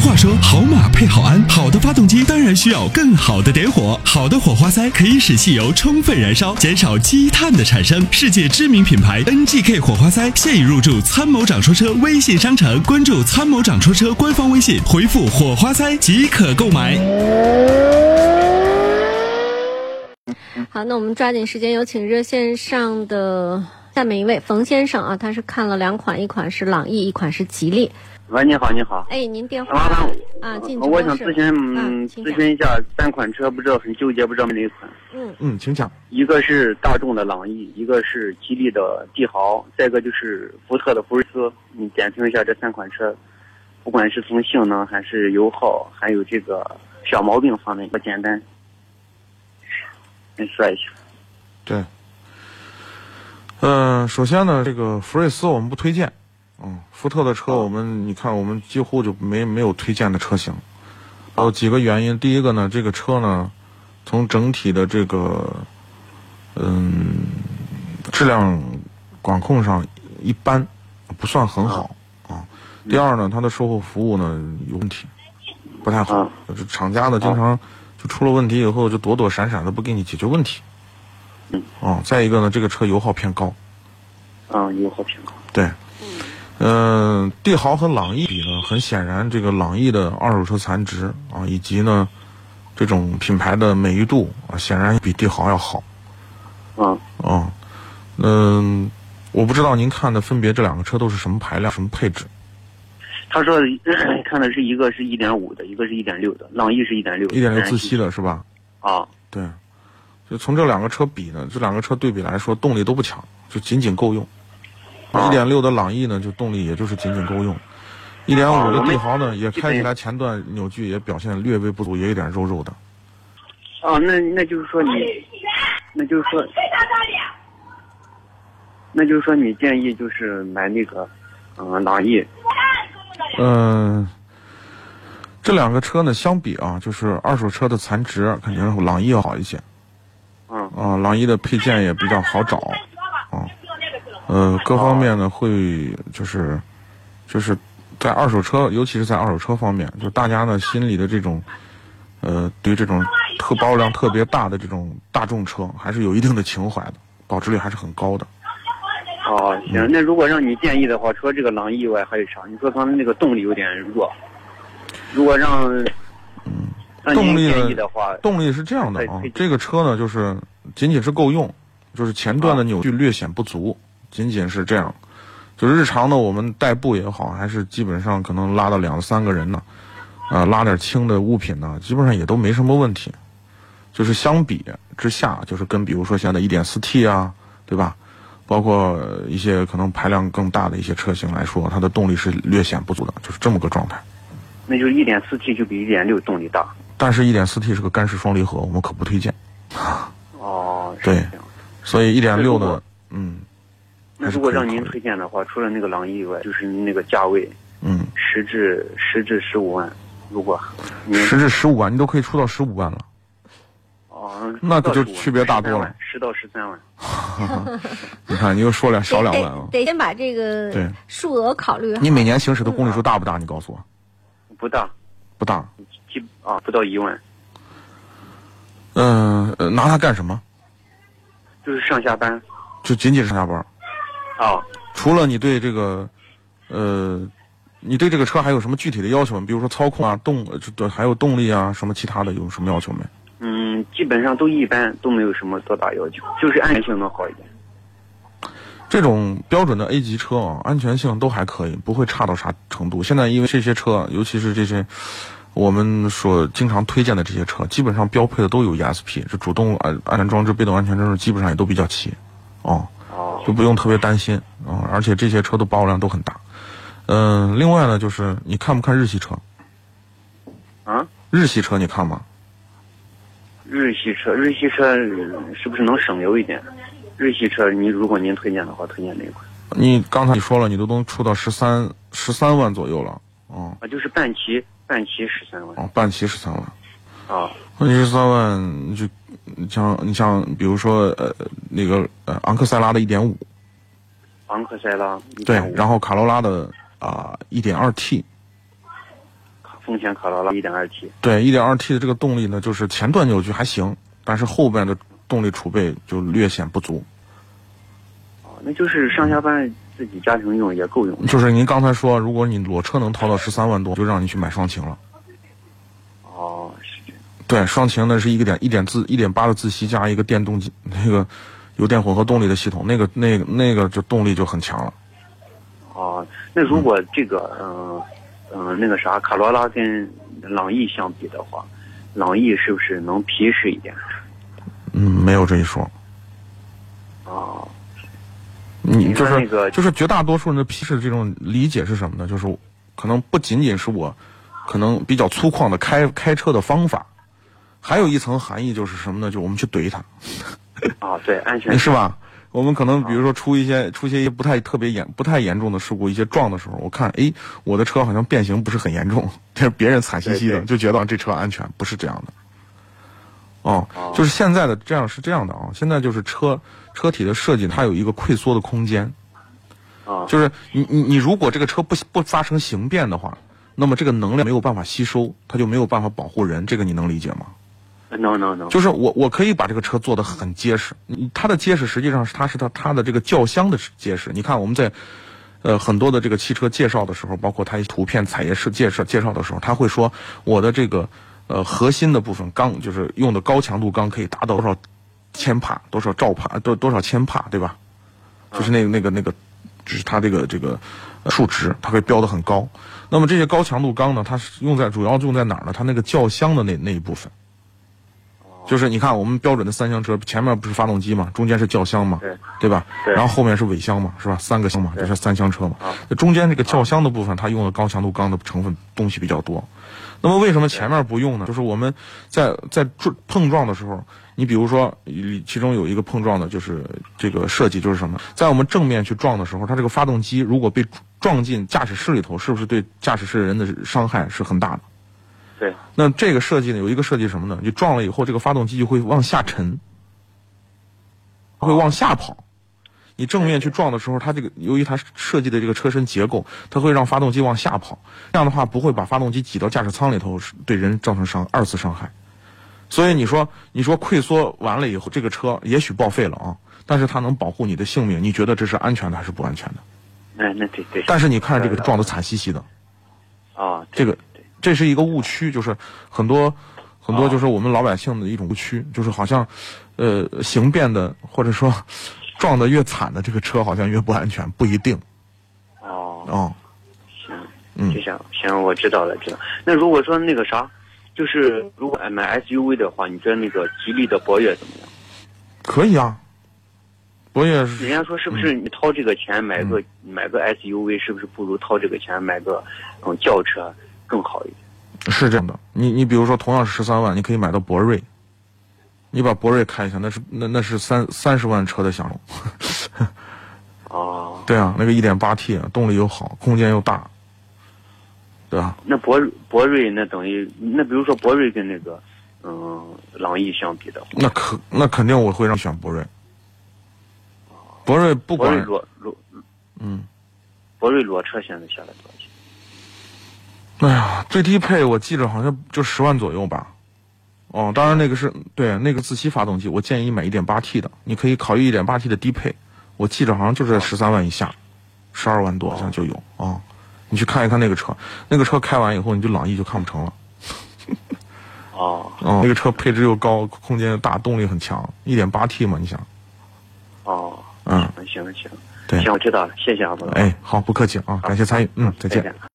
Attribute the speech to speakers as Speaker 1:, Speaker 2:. Speaker 1: 话说，好马配好鞍，好的发动机当然需要更好的点火。好的火花塞可以使汽油充分燃烧，减少积碳的产生。世界知名品牌 NGK 火花塞现已入驻参谋长说车微信商城，关注参谋长说车官方微信，回复“火花塞”即可购买。
Speaker 2: 好，那我们抓紧时间，有请热线上的下面一位冯先生啊，他是看了两款，一款是朗逸，一款是吉利。
Speaker 3: 喂，你好，你好。
Speaker 2: 哎，您电话
Speaker 3: 麻烦
Speaker 2: 啊，进直播
Speaker 3: 我想
Speaker 2: 室
Speaker 3: 咨询，
Speaker 2: 啊
Speaker 3: 嗯，
Speaker 2: 请
Speaker 3: 咨
Speaker 2: 讲
Speaker 3: 询一下三款车，不知道很纠结，不知道买哪一款。
Speaker 2: 嗯，
Speaker 4: 嗯，请讲。
Speaker 3: 一个是大众的朗逸，一个是吉利的帝豪，再一个就是福特的福睿斯。你点评一下这三款车，不管是从性能还是油耗，还有这个小毛病方面，不简单。你说一下。
Speaker 4: 对，嗯、首先呢，这个福睿斯我们不推荐，嗯，福特的车我们、你看我们几乎就没没有推荐的车型，有几个原因，第一个呢，这个车呢，从整体的这个嗯质量管控上一般，不算很好啊。第二呢，它的售后服务呢有问题，不太好
Speaker 3: 啊，
Speaker 4: 就是厂家呢经常就出了问题以后就躲躲闪闪的不给你解决问题。哦，再一个呢，这个车油耗偏高。
Speaker 3: 嗯，油耗偏高。
Speaker 4: 对，嗯、帝豪和朗逸比呢，很显然这个朗逸的二手车残值啊，以及呢这种品牌的美誉度啊，显然比帝豪要好
Speaker 3: 嗯，
Speaker 4: 啊。嗯、我不知道您看的分别这两个车都是什么排量、什么配置？
Speaker 3: 他说 看的是一个是一点五的，一个是一点六的，朗逸是一点六，
Speaker 4: 一点六自吸的是吧？
Speaker 3: 啊。
Speaker 4: 对，就从这两个车比呢，这两个车对比来说，动力都不强，就仅仅够用。
Speaker 3: 啊
Speaker 4: 一点六的朗逸呢，就动力也就是仅仅够用。一点
Speaker 3: 啊
Speaker 4: 五的
Speaker 3: 我们
Speaker 4: 帝豪呢，也开起来前段扭矩也表现略微不足，也有点肉肉的。
Speaker 3: 哦，那那就是说你，那就是说，那就是说你建议就是买那个，嗯、朗逸，啊
Speaker 4: 嗯、这两个车呢相比啊，就是二手车的残值肯定朗逸要好一些
Speaker 3: 嗯
Speaker 4: 啊，朗逸的配件也比较好找，啊，呃，各方面呢会就是就是在二手车，尤其是在二手车方面，就大家呢心里的这种呃对这种特包量特别大的这种大众车，还是有一定的情怀的，保值率还是很高的。
Speaker 3: 哦，行，那如果让你建议的话，除了这个朗逸以外还有啥？你说刚才那个动力有点弱，如果让，让您
Speaker 4: 嗯动力呢
Speaker 3: 建议的话，
Speaker 4: 动力是这样的啊
Speaker 3: 可以可以，
Speaker 4: 这个车呢就是仅仅是够用，就是前段的
Speaker 3: 啊
Speaker 4: 扭矩略显不足，仅仅是这样。就日常呢，我们代步也好，还是基本上可能拉到两三个人呢，啊、拉点轻的物品呢，基本上也都没什么问题。就是相比之下，就是跟比如说现在 1.4T 啊，对吧？包括呃一些可能排量更大的一些车型来说，它的动力是略显不足的，就是这么个状态。
Speaker 3: 那就是一点四 T 就比一点六动力大。
Speaker 4: 但是 1.4T 是个干式双离合，我们可不推荐。
Speaker 3: 哦，是
Speaker 4: 对
Speaker 3: 这样。
Speaker 4: 所以一点六
Speaker 3: 那如
Speaker 4: 呢
Speaker 3: 果，
Speaker 4: 嗯
Speaker 3: 那如果让您
Speaker 4: 还是可
Speaker 3: 推荐的话，除了那个朗逸以外，就是那个价位，
Speaker 4: 嗯，
Speaker 3: 十至十至十五万，如果您
Speaker 4: 十至十五万，你都可以出到十五万了。
Speaker 3: 哦，
Speaker 4: 那可就区别大多了，
Speaker 3: 十到十三万。
Speaker 4: 你看，你又说两少两万啊
Speaker 2: 得！得得先把这个
Speaker 4: 对
Speaker 2: 数额考虑好。
Speaker 4: 你每年行驶的公里数大不大？你告诉我，
Speaker 3: 不大，
Speaker 4: 不大。
Speaker 3: 基啊不到一万，
Speaker 4: 嗯、呃拿它干什么？
Speaker 3: 就是上下班
Speaker 4: 就仅仅是上下班。
Speaker 3: 啊。
Speaker 4: 除了你对这个，呃，你对这个车还有什么具体的要求吗？比如说操控啊、动，呃这还有动力啊，什么其他的有什么要求没？
Speaker 3: 嗯，基本上都一般，都没有什么多大要求，就是安全性能好一点。
Speaker 4: 这种标准的 A 级车啊，安全性都还可以，不会差到啥程度。现在因为这些车，尤其是这些我们所经常推荐的这些车，基本上标配的都有 E ESP，这主动呃安安全装置、被动安全装置基本上也都比较齐，哦，
Speaker 3: 哦
Speaker 4: 就不用特别担心啊、哦而且这些车的保有量都很大。嗯、另外呢，就是你看不看日系车？
Speaker 3: 啊，
Speaker 4: 日系车你看吗？
Speaker 3: 日系车，日系车呃是不是能省油一点？日系车，您如果您推荐的话，推荐哪一款？
Speaker 4: 你刚才你说了，你都能出到十三十三万左右了，哦
Speaker 3: 啊，就是半旗，半旗十三万
Speaker 4: 哦，半旗十三万。
Speaker 3: 啊。
Speaker 4: 问题是三万，你就你像你像比如说呃那个呃昂克赛拉的1.5，
Speaker 3: 昂克赛拉一
Speaker 4: 对
Speaker 3: 点五，
Speaker 4: 然后卡罗拉的啊1.2 T，
Speaker 3: 丰田卡罗拉 1.2T。
Speaker 4: 对，一点二 T 的这个动力呢，就是前段扭矩还行，但是后边的动力储备就略显不足。
Speaker 3: 哦，那就是上下班自己家庭用也够用。
Speaker 4: 就是您刚才说，如果你裸车能掏到十三万多，就让你去买双擎了。
Speaker 3: 哦，是这样。
Speaker 4: 对，双擎呢是一个点一点自一点八的自吸加一个电动机那个油电混合动力的系统，那个那个那个就动力就很强了。
Speaker 3: 哦，那如果这个，嗯、嗯、那个啥，卡罗拉跟朗逸相比的话，朗逸是不是能皮实一点？
Speaker 4: 嗯，没有这一说。
Speaker 3: 哦，
Speaker 4: 你
Speaker 3: 你
Speaker 4: 就
Speaker 3: 看
Speaker 4: 是、
Speaker 3: 那个
Speaker 4: 就是绝大多数人的批示这种理解是什么呢？就是我可能不仅仅是我，可能比较粗犷的开开车的方法，还有一层含义就是什么呢？就我们去怼它，
Speaker 3: 啊，对，安全
Speaker 4: 哎是吧？我们可能比如
Speaker 3: 哦
Speaker 4: 说出一些出一些不太特别严不太严重的事故，一些撞的时候，我看诶，我的车好像变形不是很严重， 但是别人惨兮兮的
Speaker 3: 对对
Speaker 4: 就觉得这车安全，不是这样的。哦，就是现在的这样是这样的啊，现在就是车车体的设计它有一个溃缩的空间，
Speaker 3: 啊，
Speaker 4: 就是你你你如果这个车不不发生形变的话，那么这个能量没有办法吸收，它就没有办法保护人，这个你能理解吗？
Speaker 3: 能能能，
Speaker 4: 就是我我可以把这个车做得很结实，你它的结实实际上是它是它它的这个轿厢的结实。你看我们在呃很多的这个汽车介绍的时候，包括它一图片彩页是介绍介绍的时候，他会说我的这个呃核心的部分钢就是用的高强度钢可以达到多少千帕多少兆帕多多少千帕对吧？就是那个那个那个，就是它这个这个呃数值，它会标的很高。那么这些高强度钢呢，它是用在主要用在哪儿呢？它那个轿厢的那那一部分，就是你看我们标准的三厢车，前面不是发动机嘛，中间是轿厢嘛，
Speaker 3: 对
Speaker 4: 吧？
Speaker 3: 对啊
Speaker 4: 然后后面是尾箱嘛，是吧？三个箱嘛，这是三厢车嘛。那中间这个轿厢的部分，它用的高强度钢的成分东西比较多。那么为什么前面不用呢？就是我们在在撞碰撞的时候，你比如说，里其中有一个碰撞的，就是这个设计就是什么，在我们正面去撞的时候，它这个发动机如果被撞进驾驶室里头，是不是对驾驶室人的伤害是很大的？
Speaker 3: 对，
Speaker 4: 那这个设计呢，有一个设计什么呢？你撞了以后，这个发动机就会往下沉，会往下跑。你正面去撞的时候，它这个由于它设计的这个车身结构，它会让发动机往下跑，这样的话不会把发动机挤到驾驶舱里头，是对人造成伤二次伤害。所以你说，你说溃缩完了以后，这个车也许报废了啊，但是它能保护你的性命，你觉得这是安全的还是不安全的？
Speaker 3: 那那对对，
Speaker 4: 但是你看这个撞得惨兮兮的，
Speaker 3: 啊，对
Speaker 4: 这个
Speaker 3: 对哦
Speaker 4: 这是一个误区，就是很多很多就是我们老百姓的一种误区，就是好像呃形变的或者 说撞得越惨的这个车好像越不安全，不一定
Speaker 3: 哦，
Speaker 4: 啊、嗯
Speaker 3: 行，就行行，我知道了，知道。那如果说那个啥，就是如果买 SUV 的话，你觉得那个吉利的博越怎么样？
Speaker 4: 可以啊。我也
Speaker 3: 人
Speaker 4: 是，
Speaker 3: 家说是不
Speaker 4: 嗯
Speaker 3: 是你掏这个钱买个、买个 SUV，是不是不如掏这个钱买个嗯轿车更好一点？
Speaker 4: 是这样的。你你比如说，同样是十三万，你可以买到博瑞，你把博瑞开一下，那是那那是三三十万车的享受。
Speaker 3: 哦，
Speaker 4: 对啊，那个一点八 T 啊动力又好，空间又大，对吧、
Speaker 3: 那博博瑞那等于那比如说博瑞跟那个嗯朗逸相比的话，
Speaker 4: 那可那肯定我会让你选博瑞。博瑞不
Speaker 3: 博
Speaker 4: 管
Speaker 3: 瑞裸裸
Speaker 4: 嗯，
Speaker 3: 博瑞裸车现在下来多少钱？
Speaker 4: 哎呀，最低配我记着好像就十万左右吧。哦，当然那个是对那个自吸发动机，我建议你买一点八 T 的，你可以考虑一点八 T 的低配，我记着好像就是在十三万以下，十二万多好像就有啊、哦你去看一看那个车，那个车开完以后你就朗逸就看不成了。
Speaker 3: 哦
Speaker 4: 哦，那个车配置又高，空间又大，动力很强，一点八 T 嘛，你想，
Speaker 3: 哦，
Speaker 4: 嗯，
Speaker 3: 行行
Speaker 4: 对哎
Speaker 3: 行，我知道了，谢谢啊，博总，
Speaker 4: 哎，好，不客气啊，感谢参与，嗯，再
Speaker 3: 再
Speaker 4: 见
Speaker 3: 见。。